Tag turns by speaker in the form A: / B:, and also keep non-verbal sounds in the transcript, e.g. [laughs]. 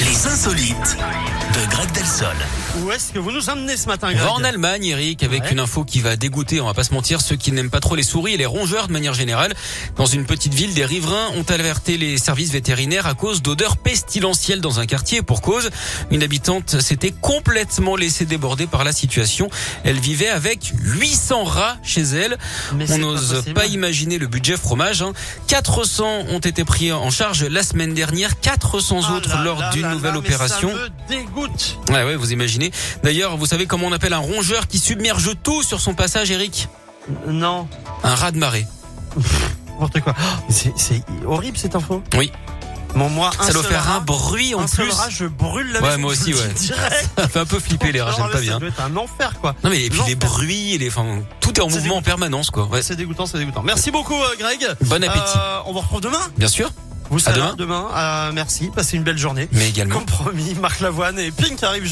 A: Les insolites de Greg Delsol.
B: Où est-ce que vous nous emmenez ce matin,
C: On
B: Greg
C: va en Allemagne, Eric, avec
B: Ouais.
C: une info qui va dégoûter, on va pas se mentir, ceux qui n'aiment pas trop les souris et les rongeurs de manière générale. Dans une petite ville, des riverains ont alerté les services vétérinaires à cause d'odeurs pestilentielles dans un quartier. Et Pour cause, une habitante s'était complètement laissée déborder par la situation. Elle vivait avec 800 rats chez elle.
B: Mais
C: on
B: c'est
C: n'ose
B: possible.
C: pas imaginer le budget fromage. hein. 400 ont été pris en charge la semaine dernière, 400
B: Ah
C: autres
B: là
C: lors
B: là
C: d'une
B: là
C: nouvelle
B: là, mais
C: opération.
B: Ça me dégoûte.
C: Ouais, ouais, vous imaginez. D'ailleurs, vous savez comment on appelle un rongeur qui submerge tout sur son passage, Eric
B: Non,
C: Un rat de marée.
B: n'importe quoi. Oh, C'est c'est horrible cette info.
C: Oui.
B: Bon, moi, un
C: ça doit
B: seul
C: faire
B: rat,
C: un bruit en
B: un seul
C: plus.
B: rat, je brûle la
C: Ouais,
B: maison,
C: moi
B: je
C: aussi,
B: vous le
C: ouais.
B: dis direct.
C: [laughs] Ça fait un peu flipper les rats,
B: Franchement,
C: j'aime pas
B: là, Ça
C: bien.
B: doit être un enfer, quoi.
C: Non mais et puis
B: Non,
C: les
B: ça-
C: bruits, et les, enfin, tout est en
B: C'est
C: mouvement en permanence, quoi. Ouais.
B: C'est dégoûtant, c'est dégoûtant. Merci beaucoup, euh, Greg.
C: Bon appétit.
B: Euh, on vous retrouve demain.
C: Bien sûr,
B: Vous serez
C: demain.
B: là demain. Euh, merci. Passez une belle journée.
C: mais également.
B: Compromis, Marc Lavoine et Pink arrivent.